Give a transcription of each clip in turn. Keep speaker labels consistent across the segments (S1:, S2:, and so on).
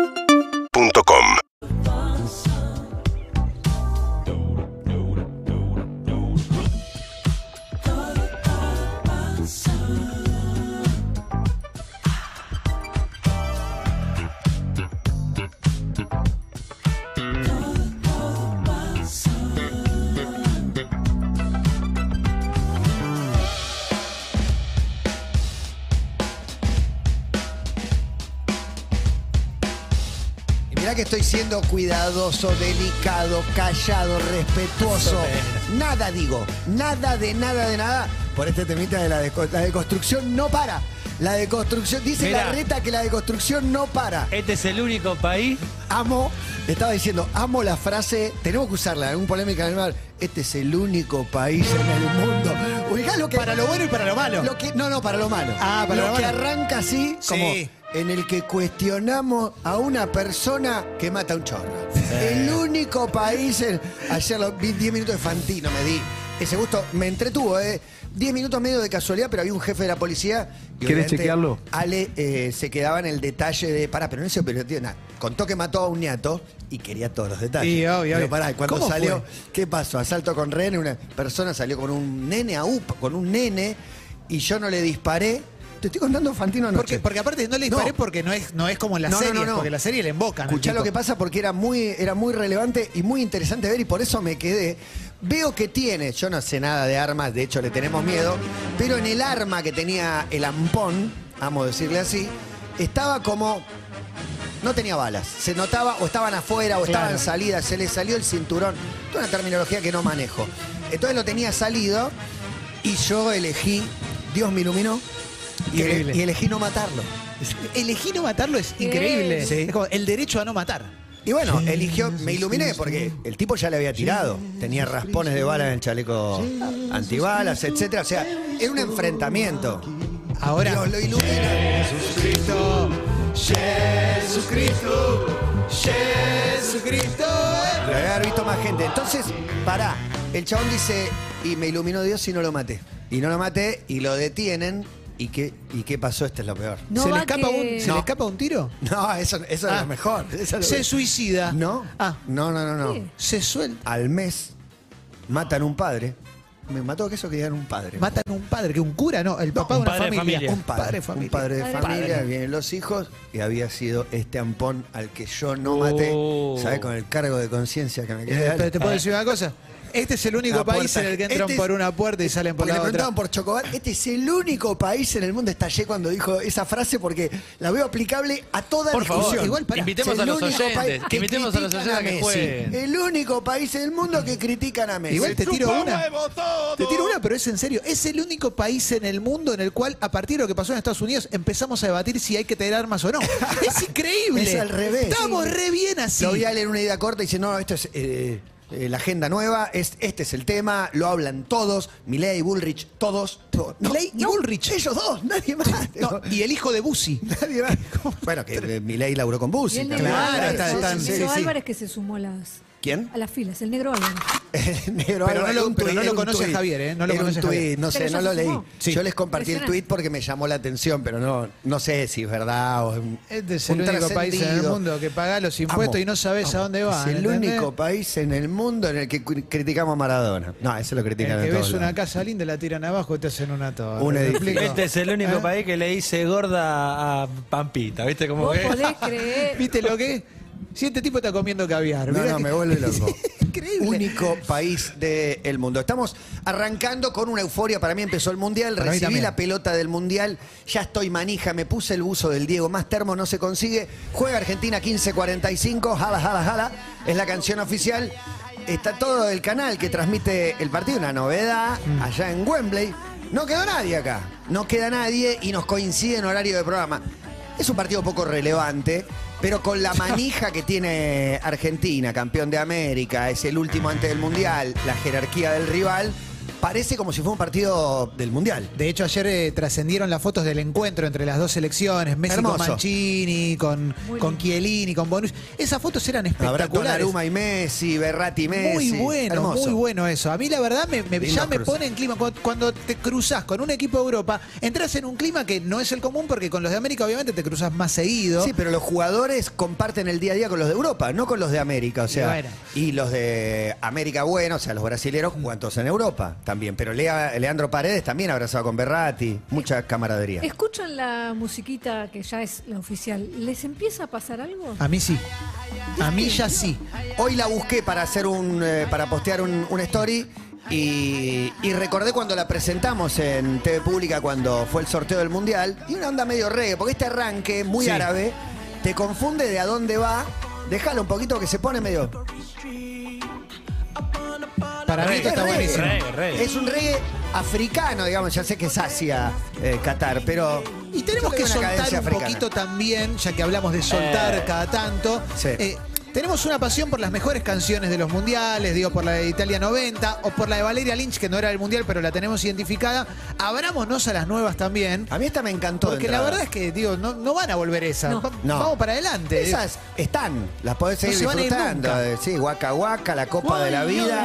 S1: UrbanaPlayFM.com
S2: Y mirá que estoy siendo cuidadoso, delicado, callado, respetuoso. Nada digo, nada de nada de nada. Por este temita de la, desco- la deconstrucción no para. La deconstrucción, dice la
S3: Mirá.
S2: reta que la deconstrucción no para.
S3: Este es el único país.
S2: Amo, le estaba diciendo, amo la frase, tenemos que usarla, algún polémica animal. Este es el único país en el mundo. Ubicás lo que.
S4: Para lo bueno y para lo malo.
S2: Lo que, no, no, para lo malo.
S4: Ah, para lo
S2: que
S4: malo.
S2: arranca así, como
S4: Sí.
S2: en el que cuestionamos a una persona que mata a un chorro. El único país. en- ayer lo vi 10 minutos de Fantino, me di. Ese gusto me entretuvo, ¿eh? 10 minutos medio de casualidad, pero había un jefe de la policía. y
S5: ¿Querés
S2: obviamente
S5: chequearlo?
S2: Ale eh, se quedaba en el detalle de. Pará, pero no ese pero tío, nada. Contó que mató a un niato y quería todos los detalles.
S4: Sí, obvio,
S2: Pero
S4: obvio.
S2: pará, cuando
S4: ¿Cómo fue?
S2: salió. ¿Qué pasó? Asalto con rehén, una persona salió con un nene a UPA, con un nene, y yo no le disparé. Te estoy contando Fantino anoche.
S4: Porque, porque aparte no le disparé
S2: No.
S4: porque no es, no es como en la
S2: No, no,
S4: serie,
S2: no, no.
S4: porque la serie le embocan. al
S2: Escuchá
S4: tipo.
S2: lo que pasa porque era muy, era muy relevante y muy interesante ver y por eso me quedé. Veo que tiene, yo no sé nada de armas, de hecho le tenemos miedo, pero en el arma que tenía el ampón, vamos a decirle así, estaba como. No tenía balas. Se notaba, o estaban afuera, o estaban
S4: Claro.
S2: salidas, se le salió el cinturón. Toda una terminología que no manejo. Entonces lo tenía salido y yo elegí, Dios me iluminó, y,
S4: Increíble.
S2: y elegí no matarlo.
S4: Elegir no matarlo es increíble.
S2: Sí.
S4: Es como el derecho a no matar.
S2: Y bueno, eligió, me iluminé porque el tipo ya le había tirado. Tenía raspones de bala en el chaleco antibalas, etcétera. O sea, era un enfrentamiento.
S4: Ahora.
S2: Dios lo ilumina.
S4: Jesucristo, Jesucristo, Jesucristo. eh.
S2: Lo debe haber visto más gente. Entonces, pará. El chabón dice, y me iluminó Dios y no lo maté. Y no lo maté y lo detienen. ¿Y qué, y qué pasó? Este es lo peor.
S6: No
S4: ¿Se, le
S6: va
S4: escapa
S6: que-
S4: un, ¿se
S2: No.
S4: le escapa un tiro?
S2: No, eso, eso es
S4: Ah.
S2: lo mejor. Eso es lo
S4: Se
S2: que-
S4: suicida.
S2: No.
S4: Ah,
S2: No, no, no, no.
S6: Sí.
S4: se suelta.
S2: Al mes matan un padre. Me mató que eso que era un padre.
S4: Matan a un padre, que un cura, no, el papá
S3: un
S4: de una
S3: padre de
S4: familia.
S3: familia.
S4: Un padre de familia.
S2: Un padre de
S6: Padre.
S2: familia,
S6: Padre.
S2: vienen los hijos y había sido este ampón al que yo no maté.
S3: Oh.
S2: ¿Sabes? Con el cargo de conciencia que me
S4: Eh,
S2: quedé.
S4: pero te puedo decir una cosa. Este es el único
S2: La
S4: país
S2: puerta.
S4: en el que entran
S2: Este es-
S4: por una puerta y salen por
S2: Porque le
S4: la otra.
S2: preguntaban por Chocobar. Este es el único país en el mundo. Estallé cuando dijo esa frase porque la veo aplicable a toda
S3: Por favor,
S2: discusión.
S3: igual, pará. Invitemos
S2: Es el
S3: a los
S2: único
S3: oyentes,
S2: país que
S3: invitemos a los
S2: critican
S3: oyentes a que
S2: Messi.
S3: jueguen.
S2: El único país en el mundo que critican a Messi.
S4: Igual te tiro una. Te tiro una, pero es en serio. Es el único país en el mundo en el cual, a partir de lo que pasó en Estados Unidos, empezamos a debatir si hay que tener armas o no. es increíble.
S2: Es al revés.
S4: Estamos re bien así.
S2: Lo vi a él en una idea corta y dice, no, esto es eh, eh, la agenda nueva, es, este es el tema, lo hablan todos, Milei y Bullrich, todos. todos. No,
S4: Milei y
S2: no,
S4: Bullrich.
S2: Ellos dos, nadie más.
S4: No, y el hijo de Bussi.
S2: nadie más. bueno, que eh, Milei laburó con Bush.
S6: Y el negro
S4: Claro,
S6: Álvarez,
S4: está-
S6: ¿no?
S4: está-
S6: El
S4: sí,
S6: negro
S4: sí.
S6: Álvarez que se sumó a las,
S2: ¿Quién?
S6: a las filas, el negro Álvarez.
S4: Pero no lo- pero no lo conoce Javier, ¿eh? No lo conoce Javier.
S2: No sé,
S6: Pero
S2: no
S6: ya
S2: lo
S6: se
S2: leí.
S6: sumó.
S4: Sí.
S2: Yo les compartí el tweet
S6: Impresionante.
S2: porque me llamó la atención, pero no, no sé si es verdad o es un,
S4: Este es
S2: un
S4: el único país en el
S2: trascendido.
S4: mundo que paga los impuestos
S2: Amo,
S4: y no sabes
S2: amo.
S4: a dónde va.
S2: Es el
S4: ¿entendés?
S2: único país en el mundo en el que cri- criticamos a Maradona. No, ese lo
S4: El
S2: critican
S4: que
S2: en todos
S4: ves una
S2: lados.
S4: casa linda, la tiran abajo y te hacen una torre.
S2: Un
S4: ¿Me
S2: edificio.
S4: explico?
S3: Este es el único
S4: ¿Eh?
S3: país que le dice gorda a Pampita, ¿viste cómo
S6: Vos
S3: es?
S6: podés creer.
S4: ¿Viste lo que es? Si este tipo está comiendo caviar.
S2: No,
S4: mirá
S2: no,
S4: que-
S2: me vuelve loco.
S4: Increíble.
S2: Único país del mundo. Estamos arrancando con una euforia. Para mí empezó el mundial.
S4: Para mí
S2: recibí
S4: también.
S2: la pelota del mundial. Ya estoy manija. Me puse el buzo del Diego. Más termo no se consigue. Juega Argentina 15-45. Jala, jala, jala. Es la canción oficial. Está todo el canal que transmite el partido. Una novedad allá en Wembley. No quedó nadie acá. No queda nadie y nos coincide en horario de programa. Es un partido poco relevante, pero con la manija que tiene Argentina, campeón de América, es el último antes del Mundial, la jerarquía del rival, parece como si fuera un partido del Mundial.
S4: De hecho, ayer eh, trascendieron las fotos del encuentro entre las dos selecciones, Messi con
S2: Hermoso.
S4: Mancini, con,
S6: Muy
S4: con
S6: lindo.
S4: Chiellini, con Bonucci. Esas fotos eran
S2: Habrá
S4: espectaculares.
S2: Donnarumma y Messi, Berratti y Messi.
S4: Muy bueno,
S2: Hermoso.
S4: muy bueno eso. A mí la verdad me- me-
S2: Lindo
S4: ya me
S2: cruce.
S4: pone en clima. Cuando, cuando te cruzas con un equipo de Europa, entras en un clima que no es el común porque con los de América obviamente te cruzas más seguido.
S2: Sí, pero los jugadores comparten el día a día con los de Europa, no con los de América. O sea,
S4: Bueno.
S2: y los de América, bueno, o sea, los brasileños juegan todos en Europa también. Pero Lea- Leandro Paredes también abrazado con Berratti, mucha camaradería.
S6: Escuchan la musiquita que ya es la oficial. ¿Les empieza a pasar algo?
S4: A mí sí. A mí ya sí.
S2: Hoy la busqué para hacer un eh, para postear un, un story y, y recordé cuando la presentamos en TV Pública cuando fue el sorteo del Mundial y una onda medio reggae, porque este arranque muy
S4: Sí.
S2: árabe te confunde de a dónde va. Déjalo un poquito que se pone medio.
S4: Para mí
S2: Este Es
S4: esto está
S2: reggae.
S4: buenísimo.
S3: Reggae, reggae.
S2: Es un reggae africano, digamos, ya sé que es Asia, eh, Qatar, pero.
S4: Y tenemos
S2: yo
S4: que
S2: tengo una
S4: soltar un
S2: cadencia africana.
S4: poquito también, ya que hablamos de soltar
S3: Eh.
S4: cada tanto.
S2: Sí.
S4: Eh, tenemos una pasión por las mejores canciones de los mundiales, digo, por la de Italia 90 o por la de Valeria Lynch, que no era el mundial, pero la tenemos identificada. Abrámonos a las nuevas también.
S2: A mí esta me encantó. de
S4: Porque la
S2: Ah, entrada.
S4: verdad es que, digo, no, no van a volver esas.
S6: No.
S4: Va-
S2: No.
S4: Vamos para adelante.
S2: Esas están, las podés seguir
S4: se van a ir
S2: disfrutando.
S4: nunca.
S2: eh, Sí, Waka Waka, la Copa de la Vida.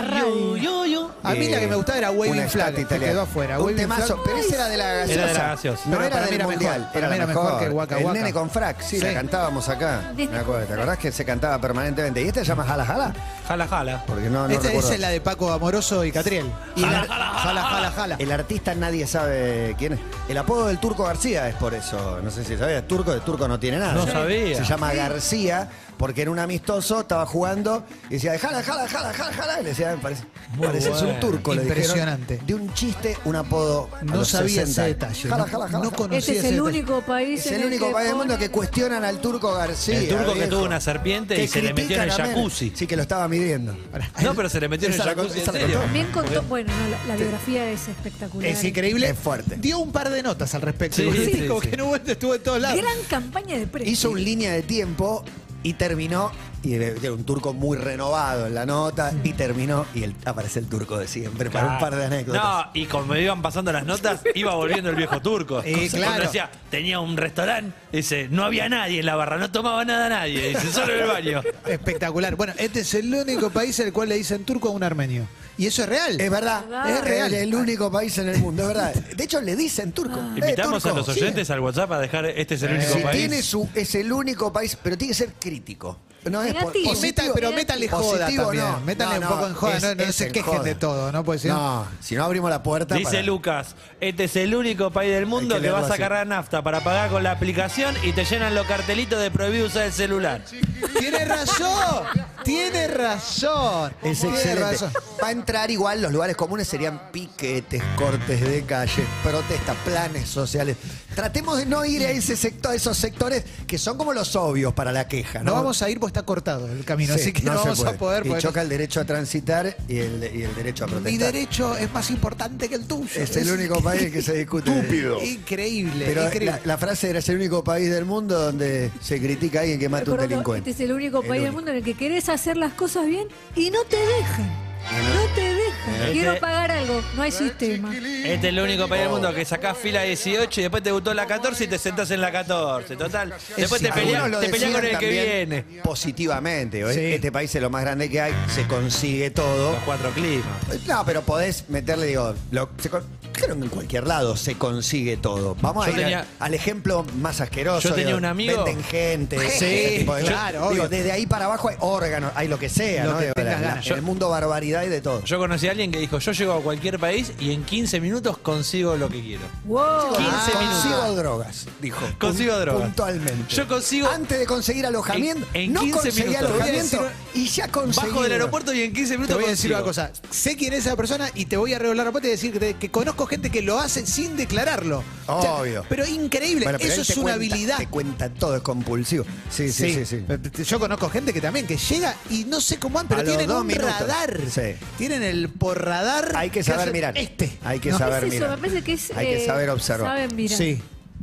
S4: A mí la que me gustaba era
S2: eh, Una
S4: Waving Flag,
S2: estatua
S4: que
S2: italiana.
S4: quedó afuera.
S2: Un
S4: Waving
S2: temazo,
S4: Flag.
S2: pero esa era de la gaseosa.
S3: Era de la gaseosa.
S2: No
S4: Pero
S2: era
S4: para mí
S2: del
S4: era
S2: mundial,
S4: mejor,
S2: era
S4: para mí
S2: la
S4: era
S2: mejor.
S4: mejor que Waka
S2: El
S4: Waka.
S2: nene con frac, sí,
S4: Sí.
S2: la cantábamos acá.
S6: Desde-
S2: Me acuerdo, ¿Te acordás que se cantaba permanentemente? ¿Y esta se llama Jala Jala?
S3: Jala, jala.
S2: Porque no, no recuerdo.
S4: Esta- esa Este es la de Paco Amoroso y Catriel.
S2: Y
S4: jala,
S2: la-
S4: jala, jala, jala, jala.
S2: El artista nadie sabe quién es. El apodo del Turco García es por eso. No sé si sabías. Turco de Turco no tiene nada.
S3: No sabía.
S2: Se llama García porque en un amistoso estaba jugando y decía, jala, jala, jala, jala, jala. Y le decía, parece,
S3: Muy
S2: pareces un
S3: bueno.
S2: turco. le dijeron.
S4: Impresionante.
S2: de un chiste, un apodo. a
S4: No
S2: los
S4: sabía
S2: 60.
S4: ese detalle.
S2: Jala,
S4: No-
S2: jala, jala,
S4: no
S2: jala.
S4: conocía
S6: Este es
S4: ese
S6: el
S4: detalle.
S6: único país
S2: Es
S6: en
S2: el único
S6: que
S2: país del mundo
S6: ponen-
S2: que cuestionan al turco García.
S3: El turco que
S2: viejo.
S3: tuvo una serpiente
S2: Que
S3: y se le metió en el
S2: critican a Menem.
S3: jacuzzi.
S2: Sí, que lo estaba midiendo.
S3: No, pero se le metió en el
S2: Esa la contó-
S3: jacuzzi, ¿en
S2: esa la
S3: serio?
S2: contó.
S6: Bien contó. Bueno, no, la, la biografía es espectacular.
S4: Es increíble.
S2: Es fuerte.
S4: Dio un par de notas al respecto.
S3: Sí,
S4: porque
S3: sí,
S4: como
S3: sí.
S4: que en un momento estuvo en todos lados.
S6: Gran campaña de prensa.
S2: Hizo un línea de tiempo y terminó. Y era era un turco muy renovado en la nota. Y terminó. Y el- aparece el turco de siempre para un par de anécdotas.
S3: No, y como iban pasando las notas, iba volviendo el viejo turco.
S4: Eh,
S3: Cuando
S4: claro.
S3: decía, tenía un restaurante, dice, no había nadie en la barra, no tomaba nada nadie, dice, solo en el baño.
S2: Eh,
S4: Espectacular. Bueno, este es el único país al cual le dicen turco a un armenio. Y eso es real.
S2: Es verdad,
S6: Verdad.
S2: es real, es el único país en el mundo, es verdad. De hecho, le dicen turco.
S3: Ah.
S2: eh,
S3: Invitamos a
S2: turco. Eh,
S3: los oyentes al WhatsApp a dejar, este es el único
S2: Si
S3: país.
S2: tiene su, es el único país, pero tiene que ser crítico. No es por,
S6: Negativo.
S4: Y meta-
S2: positivo.
S4: pero métale joda
S2: Positivo,
S4: también.
S2: no.
S4: Métale
S2: No,
S4: un poco en joda,
S2: es-
S4: no, no
S2: es
S4: se
S2: en
S4: quejen
S2: joda.
S4: de todo, ¿no? Porque si no-
S2: No, si no abrimos la puerta.
S3: Dice
S2: para-
S3: Lucas, este es el único país del mundo
S2: Hay
S3: que,
S2: que
S3: vas
S2: leerlo
S3: a
S2: así.
S3: cargar nafta para pagar con la aplicación y te llenan los cartelitos de prohibido usar el celular.
S4: Tiene razón. Tiene razón.
S2: Es
S4: tiene
S2: excelente.
S4: razón.
S2: Va a entrar igual, los lugares comunes serían piquetes, cortes de calle, protestas, planes sociales. Tratemos de no ir a ese sector, a esos sectores que son como los obvios para la queja, ¿no?
S4: No vamos a ir porque está cortado el camino,
S2: Sí,
S4: así que no,
S2: se
S4: vamos
S2: puede.
S4: a poder.
S2: Y
S4: porque-
S2: choca el derecho a transitar y el, y el derecho a protestar.
S4: Mi derecho es más importante que el tuyo.
S2: Es el único país que se discute. Estúpido.
S4: Increíble,
S2: Pero
S4: increíble.
S2: la, la frase era: es el único país del mundo donde se critica a alguien que mata a un
S6: Recuerdo,
S2: delincuente.
S6: Este es el único país del
S2: único.
S6: mundo en el que querés hacer las cosas bien y no te dejan.
S2: Y no-
S6: No te dejan.
S3: Eh.
S6: Quiero
S3: Este-
S6: pagar algo. No hay sistema.
S3: Este es el único país del mundo que sacás fila 18 y después te gustó la 14 y te sentás en la 14. Total, después te
S2: Algunos
S3: peleas
S2: lo
S3: te peleás
S2: decían
S3: con el que
S2: también
S3: viene.
S2: Positivamente, ¿o es?
S4: Sí.
S2: este país es lo más grande que hay, se consigue todo.
S3: Los cuatro climas.
S2: No, pero podés meterle, digo, lo, se con- creo que en cualquier lado se consigue todo. Vamos a
S3: Yo
S2: ir
S3: tenía-
S2: al- al ejemplo más asqueroso.
S3: Yo tenía
S2: digo,
S3: un amigo-
S2: Venden gente.
S4: Sí,
S2: ese tipo de-
S4: claro,
S2: digo,
S4: obvio.
S2: desde ahí para abajo hay órganos, hay lo que sea,
S4: Lo
S2: ¿no?
S4: que
S2: Digo,
S4: tengas
S2: la- la-
S4: ganas.
S2: en el mundo barbaridad y de todo.
S3: Yo conocí a alguien que dijo, yo llego a cualquier país y en 15 minutos consigo lo que quiero.
S6: Wow.
S3: 15
S2: Ah,
S3: minutos.
S2: Consigo drogas, dijo.
S3: Consigo
S2: Pun-
S3: drogas.
S2: Puntualmente.
S3: Yo consigo-
S2: Antes de conseguir alojamiento.
S3: En- en
S2: no
S3: 15
S2: conseguí
S3: minutos.
S2: alojamiento
S4: Te voy a
S2: y ya conseguí.
S3: Bajo del aeropuerto y en 15
S4: Te
S3: minutos
S4: voy a decir
S3: consigo.
S4: una cosa. Sé quién es esa persona y te voy a revelar aparte y decir que, que conozco gente que lo hace sin declararlo.
S2: Obvio.
S4: pero increíble.
S2: Bueno, pero
S4: Eso
S2: él te
S4: es una
S2: cuenta-
S4: habilidad.
S2: Te cuenta todo, es compulsivo. Sí, sí, Eh, sí. sí.
S4: Yo conozco gente que también, que llega y no sé cómo han, pero
S2: A los
S4: tienen
S2: dos
S4: un
S2: minutos.
S4: radar.
S2: Sí.
S4: Tienen el por radar.
S2: Hay que saber
S4: hacen
S2: mirar.
S4: Este.
S2: Hay que
S4: ¿no?
S2: saber
S6: ¿Qué es eso?
S2: mirar.
S6: Me parece que es,
S2: Hay que
S6: eh,
S2: saber observar.
S6: Saben mirar.
S4: Sí.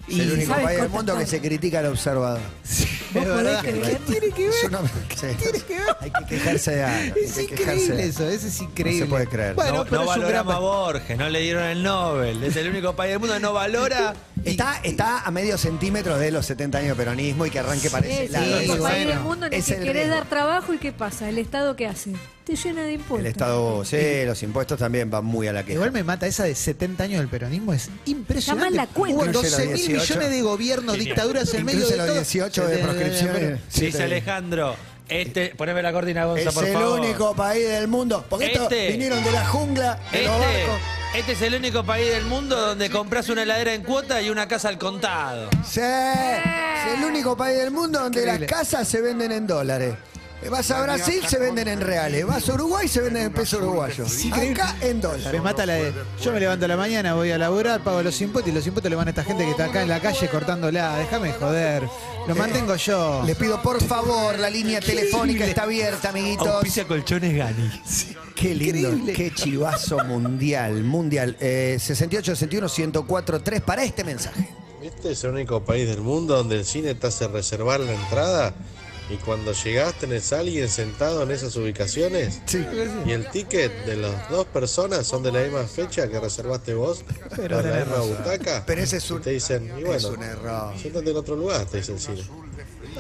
S2: Es el único
S6: saben
S2: país del
S6: contestar.
S2: mundo que se critica al observador.
S6: ¿Vos
S4: Es
S6: podés
S4: verdad.
S6: creer?
S4: ¿Qué tiene que
S2: Es
S4: ver?
S2: una-
S4: ¿Qué tiene que ver?
S2: Hay que quejarse de algo.
S4: Es
S2: hay que quejarse de
S4: increíble
S2: algo.
S4: eso, eso es increíble.
S2: puede creer.
S4: Bueno,
S3: no
S4: pero
S3: no
S4: es un gran
S3: valoramos a
S4: pa-
S3: Borges, no le dieron el Nobel. Es el único país del mundo que no valora.
S2: Está, está a medio centímetro de los 70 años de peronismo y que arranque para ese
S6: Es
S2: lado.
S6: el único
S2: Es
S6: país del
S2: bueno,
S6: mundo en el
S2: es
S6: que
S2: el
S6: querés
S2: riesgo.
S6: dar trabajo y ¿qué pasa? ¿El Estado qué hace? Te llena de impuestos.
S2: El Estado, sí, los impuestos también van muy a la queja.
S4: Igual me mata esa de 70 años del peronismo, es impresionante.
S6: Llaman la cuenta.
S4: Hubo 12
S2: Incluye
S4: mil
S2: los 18.
S4: millones de gobiernos,
S3: Genial.
S4: dictaduras en medio
S2: Incluye
S4: de
S2: los
S4: todo.
S2: 18 de proscripciones.
S3: Sí,
S2: Sí,
S3: dice Alejandro. Este, poneme la cortina, Gonza,
S2: Es
S3: por
S2: el
S3: favor.
S2: único país del mundo. Porque estos
S3: Este.
S2: vinieron de la jungla, de los
S3: Este,
S2: barcos.
S3: este es el único país del mundo donde compras una heladera en cuota y una casa al contado.
S2: Sí, es el único país del mundo donde las
S4: Increíble.
S2: casas se venden en dólares. Eh, Vas a Brasil, se venden en reales. Vas a Uruguay, se venden en pesos uruguayos. Acá, en
S4: Me
S2: dólares.
S4: mata la de. Yo me levanto a la mañana, voy a laborar, pago los impuestos y los impuestos le van a esta gente que está acá en la calle cortándola. Déjame joder.
S2: Eh,
S4: Lo mantengo yo.
S2: Les pido, por favor, la línea telefónica está abierta, amiguitos.
S3: colchones Gani.
S2: Qué lindo,
S4: Increíble.
S2: qué chivazo mundial, mundial. Eh, 68, 61, 104, 3 para este mensaje.
S1: Este es el único país del mundo donde el cine te hace reservar la entrada y cuando llegás tenés a alguien sentado en esas ubicaciones
S2: Sí.
S1: y el ticket de las dos personas son de la misma fecha que reservaste vos
S4: Pero
S1: para la
S4: tenés
S1: misma butaca.
S2: Pero ese es un,
S1: Y te dicen, y
S2: es
S1: bueno,
S2: un error.
S1: siéntate en otro lugar, te dice el cine.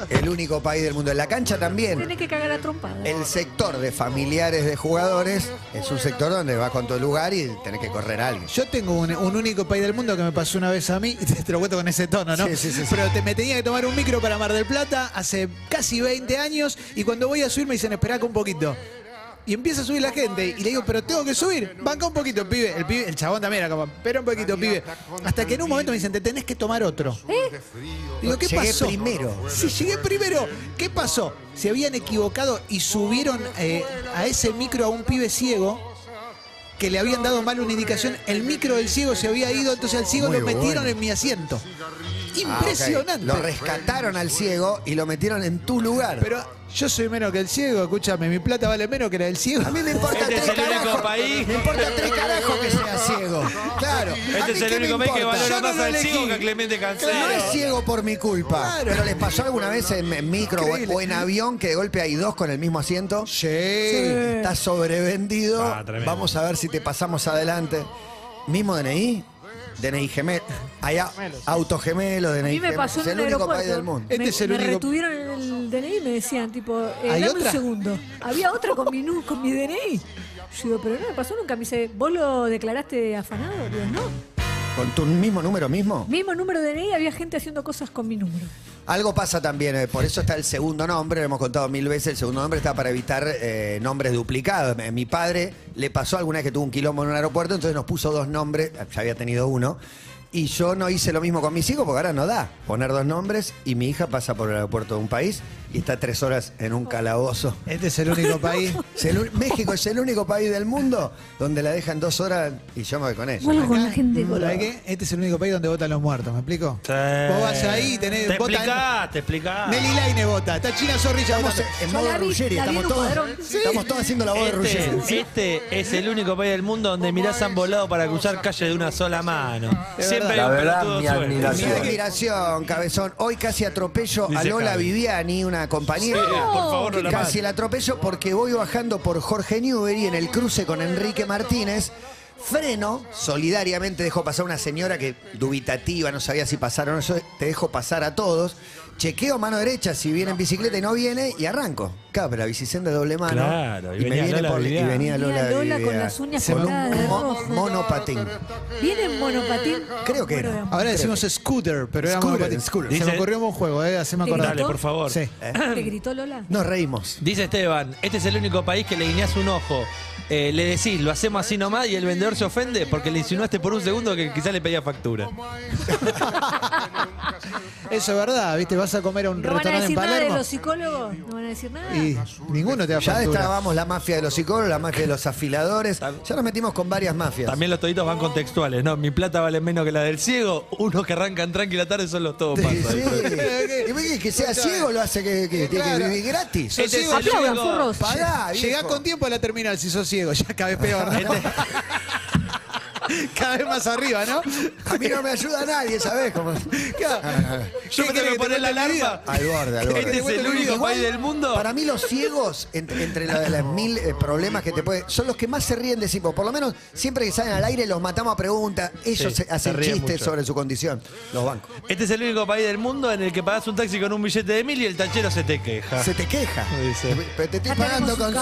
S2: El único país del mundo. En la cancha también.
S6: Tenés que cagar a trompadas.
S2: El sector de familiares de jugadores es un sector donde vas con todo el lugar y tenés que correr a alguien.
S4: Yo tengo un, un único país del mundo que me pasó una vez a mí, te lo cuento con ese tono, ¿no?
S2: Sí, sí, sí, sí.
S4: Pero te- me tenía que tomar un micro para Mar del Plata hace casi 20 años y cuando voy a subir me dicen, esperá acá un poquito. Y empieza a subir la gente y le digo, pero tengo que subir, banca un poquito, pibe. El, pibe, el chabón también era como, espera un poquito, pibe. Hasta que en un momento me dicen, te tenés que tomar otro. Digo, ¿qué
S2: Llegué
S4: pasó?
S2: primero.
S4: Sí, llegué primero. ¿Qué pasó? Se habían equivocado y subieron eh, a ese micro a un pibe ciego que le habían dado mal una indicación. El micro del ciego se había ido, entonces al ciego
S2: Muy
S4: lo metieron
S2: bueno.
S4: en mi asiento.
S2: Ah, ok.
S4: Impresionante.
S2: Lo rescataron al ciego y lo metieron en tu lugar.
S4: Pero yo soy menos que el ciego, escúchame, mi plata vale menos que la del ciego.
S2: a mí me importa
S3: Este es
S2: tres
S3: el único
S2: carajos.
S3: país.
S2: Me importa tres carajos que sea ciego. Claro. ¿A
S3: Este
S2: mí qué
S3: es el
S2: me
S3: único país que
S2: importa?
S3: valora
S4: Yo no
S3: más
S4: lo
S3: al
S4: elegí.
S3: ciego que a Clemente Cancelo.
S2: No es ciego por mi culpa.
S4: Claro.
S2: Pero les pasó alguna vez en, en micro o-
S4: Increíble.
S2: o en avión que de golpe hay dos con el mismo asiento.
S4: Sí.
S2: Está sobrevendido.
S3: Ah, tremendo.
S2: Vamos a ver si te pasamos adelante. Mismo DNI, DNI gemelo. Allá, auto gemelo, DNI
S6: A mí me
S2: gemelo.
S6: pasó
S2: es
S6: en
S2: el
S6: un
S2: único
S6: aeropuerto.
S2: país del mundo.
S4: Este
S6: me,
S4: es el
S6: me
S4: único-
S6: retuvieron el DNI y me decían, tipo, eh,
S4: ¿Hay
S6: dame
S4: otra?
S6: un segundo. Había otra con mi, nu- con mi DNI. Yo digo, pero no me pasó nunca. Me dice, ¿vos lo declaraste afanado? Digo, no.
S2: ¿Con tu mismo número mismo?
S6: Mismo número de DNI, había gente haciendo cosas con mi número.
S2: Algo pasa también, eh, por eso está el segundo nombre, lo hemos contado mil veces, el segundo nombre está para evitar eh, nombres duplicados. Eh, Mi padre le pasó alguna vez que tuvo un quilombo en un aeropuerto, entonces nos puso dos nombres, eh, ya había tenido uno, y yo no hice lo mismo con mis hijos porque ahora no da poner dos nombres y mi hija pasa por el aeropuerto de un país y está tres horas en un calabozo.
S4: Este es el único país.
S2: Es el un- México es el único país del mundo donde la dejan dos horas y yo me voy con ella.
S6: Vuelvo con la gente.
S4: ¿Sabés qué? Este es el único país donde votan los muertos, ¿me explico? Vos vas ahí, tenés.
S3: Te
S4: votan-
S3: explicás, te explicás.
S4: Nelly Laine vota, está China Zorrilla
S2: Estamos
S4: votando.
S2: en
S6: Yo
S2: modo
S6: la vi,
S2: Ruggeri,
S6: la vi en
S2: estamos
S6: un
S2: todos,
S6: cuadrón. Sí.
S2: estamos todos haciendo la voz de Ruggeri.
S3: Este, este es el único país del mundo donde mirás han volado para cruzar calle de una sola mano. Siempre hay
S5: La
S3: un
S5: verdad,
S3: pelotudo
S5: mi
S3: suelto.
S2: Mi
S5: admiración.
S2: admiración, cabezón. Hoy casi atropello a
S3: Dice
S2: Lola
S3: Javi.
S2: Viviani, una
S3: Sí, eh,
S2: compañera.
S3: por favor, no la mates.
S2: Casi la atropello porque voy bajando por Jorge Newbery en el cruce con Enrique Martínez. Freno, solidariamente dejó pasar una señora que dubitativa, no sabía si pasar o no. Yo te dejo pasar a todos. Chequeo mano derecha si viene en bicicleta y no viene y arranco. Claro, pero la bicicenda de doble mano.
S3: Claro, y
S2: me
S3: venía
S2: viene
S3: Lola
S2: por- y
S3: Viviani.
S2: venía Lola,
S6: Venía Lola con
S2: Viviani.
S6: las uñas
S2: Con
S6: pintadas
S2: un
S6: de
S2: mo-
S6: rojo.
S2: monopatín.
S6: ¿Viene en monopatín?
S2: Creo que
S6: Bueno,
S2: era.
S6: digamos,
S4: Ahora decimos scooter, pero era
S2: Scooter,
S4: monopatín.
S2: scooter.
S4: Se me
S3: Dice-
S4: ocurrió un buen juego, eh, haceme
S6: Te
S4: acordar.
S3: Dale, por favor.
S4: Sí.
S6: ¿Te gritó Lola?
S2: Nos reímos.
S3: Dice Esteban, este es el único país que le guiñás un ojo. Eh, le decís, lo hacemos así nomás y el vendedor se ofende porque le insinuaste por un segundo que quizás le pedía factura.
S4: Eso es verdad, ¿viste? Vas a comer a un
S6: ¿No van a
S4: restaurante en
S6: decir nada de
S4: Palermo
S6: los psicólogos? ¿No van a decir nada?
S4: y ninguno te va a
S2: Ya
S4: factura.
S2: destrabamos la mafia de los psicólogos, la mafia de los afiladores. Ya nos metimos con varias mafias.
S3: También los toditos van contextuales, ¿no? Mi plata vale menos que la del ciego. Unos que arrancan tranquila tarde son los todos
S2: Sí,
S3: pasos.
S2: sí. Y ve que- que sea ciego lo hace que, que tiene que
S4: Claro.
S2: vivir gratis.
S4: Sos
S3: Este es
S4: ciego,
S3: el
S6: Aplaudan,
S3: único-
S6: furros.
S2: Pagá,
S4: Llegá
S2: Ah, viejo. Este
S4: con tiempo a la terminal si sos ciego, ya cada vez peor, ¿no?
S3: Este-
S4: Cada vez más arriba, ¿no?
S2: A mí no me ayuda nadie, ¿sabés? Como...
S3: Yo
S4: Claro.
S3: me
S4: ¿Qué
S3: tengo
S4: querés
S3: que poner la
S4: cuente mi vida?
S3: alarma.
S2: Al borde, al borde.
S3: Este es el único país del mundo.
S2: Para mí los ciegos, entre, entre la- las mil eh, problemas que te pueden... Son los que más se ríen de sí. mismos. Por lo menos siempre que salen al aire los matamos a preguntas. Ellos
S3: Sí,
S2: se- hacen
S3: se ríen
S2: chistes
S3: mucho.
S2: sobre su condición. Los bancos.
S3: Este es el único país del mundo en el que pagás un taxi con un billete de mil y el tachero se te queja.
S2: Ah. Se te queja.
S3: Dice.
S2: Pero te estoy
S6: Ya
S2: pagando
S6: tenemos
S2: con
S6: un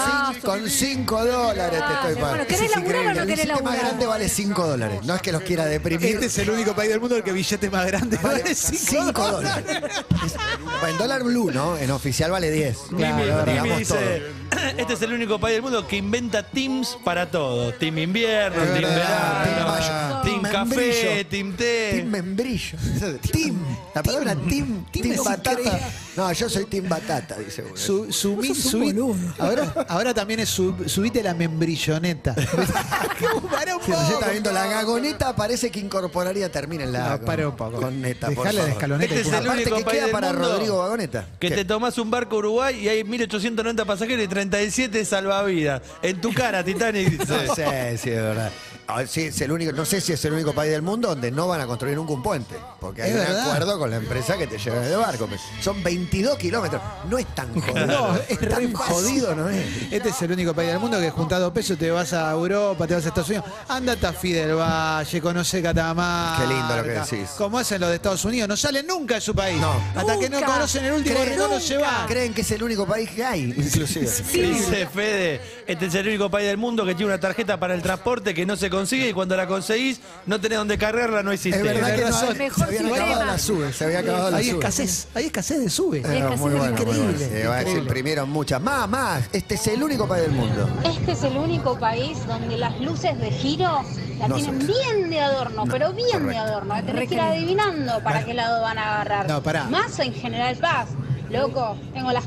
S6: caso.
S2: 5 dólares. Te estoy
S6: Claro,
S2: pagando.
S6: bueno, ¿querés
S2: Ese es
S6: laburar o
S2: increíble.
S6: no
S2: El
S6: querés
S2: billete más
S6: laburar?
S2: grande vale 5 dólares. No es que los quiera deprimir.
S4: Este es el único país del mundo en el que billete más grande vale 5
S2: 5
S4: dólares.
S2: dólares. Es- En dólar blue, ¿no? En oficial vale 10.
S3: Mimi,
S2: Claro,
S3: Mimi
S2: digamos
S3: dice, este es el único país del mundo que inventa teams para todo. Team invierno,
S2: Es
S3: team
S2: verdad, team
S3: verano,
S2: mayo,
S3: team
S2: team
S3: café,
S2: membrillo, todo. Team
S3: team té.
S2: membrillo. Team. La palabra team. Team,
S4: es
S2: batata.
S4: increíble.
S2: No, yo soy team batata, dice uno.
S4: Su, sumi- subi- ahora, ahora también es sub- subite la membrilloneta. ¿Cómo? Pará un
S2: Si
S4: poco.
S2: usted está viendo la gagoneta, parece que incorporaría, termina en la
S4: No, pará Ah, un poco.
S2: con neta, por
S4: Dejale de
S2: favor.
S4: escaloneta
S3: Este
S4: y
S3: es el
S4: punto.
S2: Aparte
S3: único
S2: que
S3: país
S2: queda
S3: del
S2: para
S3: mundo
S2: Rodrigo Vagoneta.
S3: Que te tomás un barco a Uruguay y hay 1890 pasajeros y 37 salvavidas. En tu cara, Titanic. dice.
S2: No sé, sí, es verdad. A ver, sí, es el único, no sé si es el único país del mundo donde no van a construir nunca un puente. Porque hay
S4: Es
S2: un
S4: verdad.
S2: acuerdo con la empresa que te lleva de barco. pero Son 22 kilómetros. No es tan jodido.
S4: No, es
S2: tan
S4: re fácil.
S2: jodido, ¿no es?
S4: Este es el único país del mundo que juntás dos pesos te vas a Europa, te vas a Estados Unidos. Andate a Fidel Valle, conoce Catamarca.
S2: Qué lindo lo que decís.
S4: Como hacen los de Estados Unidos, no salen nunca de su país.
S2: No.
S4: Hasta que no
S6: Nunca.
S4: conocen el último
S2: Creen-
S4: rincón, no se
S6: Nunca.
S4: van.
S2: Creen que es el único país que hay, inclusive.
S3: Dice Fede, este es el único país del mundo que tiene una tarjeta para el transporte que no se consigue y cuando la conseguís no tenés donde cargarla, no existe.
S2: Es verdad que
S4: tenés
S2: no
S4: razón.
S2: hay- se
S6: Mejor
S2: habían
S6: sistema.
S2: acabado las subes, se había acabado las
S4: Hay
S2: subes.
S4: escasez, hay escasez de sube.
S2: Eh,
S6: escasez
S2: muy bueno, muy bueno.
S6: increíble,
S2: Sí, va, Se imprimieron muchas. Más, más. Este es el único país del mundo.
S5: Este es el único país donde las luces de giro la
S2: No
S5: tienen
S2: sé.
S5: bien de adorno, pero bien de adorno. La Tenés que ir adivinando para qué lado van a agarrar.
S4: No, pará.
S5: Más en General Paz. Loco, tengo las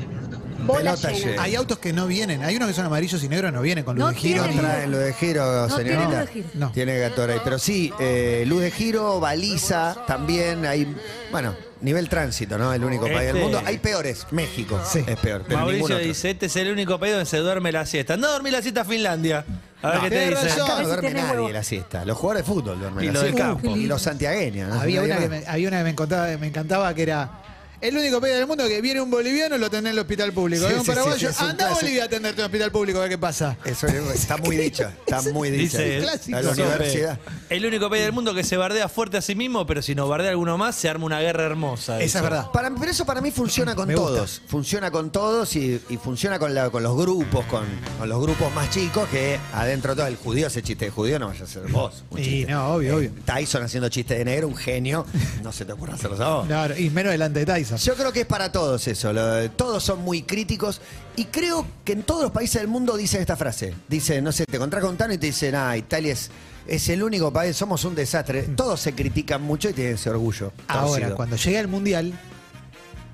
S5: bolas
S2: Pelota
S5: llenas.
S2: llena.
S4: Hay autos que no vienen, hay unos que son amarillos y negros, no vienen con luz
S6: No
S4: de giro.
S2: No
S6: tienen.
S2: traen luz de giro,
S6: No tiene
S2: señorita.
S6: luz de giro.
S4: No.
S2: Tiene Gatorade. Pero sí, eh, luz de giro, baliza, también hay. Bueno, nivel tránsito, ¿no? El único país del
S3: Este-
S2: mundo. Hay peores. México es peor. Pero ningún
S3: Mauricio
S2: otro.
S3: dice, este es el único país donde se duerme la siesta. Anda a dormir la siesta a Finlandia. A ver
S4: No,
S3: qué te
S4: tenés
S3: dice.
S4: razón.
S2: Acá no
S6: si
S2: duerme
S6: tenés
S2: nadie
S6: huevo.
S2: la siesta. Los jugadores de fútbol duermen
S3: Y
S2: la
S3: lo del
S2: siesta.
S3: campo.
S2: Y los santiagueños. ¿no?
S4: Había una,
S2: Nadie
S4: que
S2: más.
S4: me, había una que me encantaba, me encantaba que era. El único país del mundo que viene un boliviano lo tenés en el hospital público.
S2: Sí,
S4: Viene un
S2: sí, sí,
S4: paraguayo,
S2: sí, es un
S4: anda a
S2: clásico.
S4: Bolivia a atenderte en el hospital público, a ver qué pasa.
S2: Eso es- está muy dicho. Está muy dicho.
S3: Dice él.
S2: A la
S4: Sope.
S2: universidad.
S3: El único país del mundo que se bardea fuerte a sí mismo, pero si no bardea alguno más, se arma una guerra hermosa.
S4: Esa
S3: dice.
S4: es verdad.
S2: Para, pero eso para mí funciona con
S4: Me gusta.
S2: todos. Funciona con todos y, y funciona con, la- con los grupos, con, con los grupos más chicos que adentro todo. El judío hace chiste de judío, no vaya a ser vos. un
S4: Y
S2: chiste.
S4: no, obvio,
S2: Eh,
S4: obvio.
S2: Tyson haciendo chiste de negro, un genio. No se te ocurra hacerlos a vos.
S4: No, no, y menos delante de Tyson.
S2: Yo creo que es para todos eso. lo de- todos son muy críticos. Y creo que en todos los países del mundo dicen esta frase. Dicen, no sé, te encontrás con Tano y te dicen, ah, Italia es, es el único país, somos un desastre. Todos se critican mucho y tienen ese orgullo.
S4: Mm. Ahora,
S2: torcido.
S4: cuando llegue el mundial,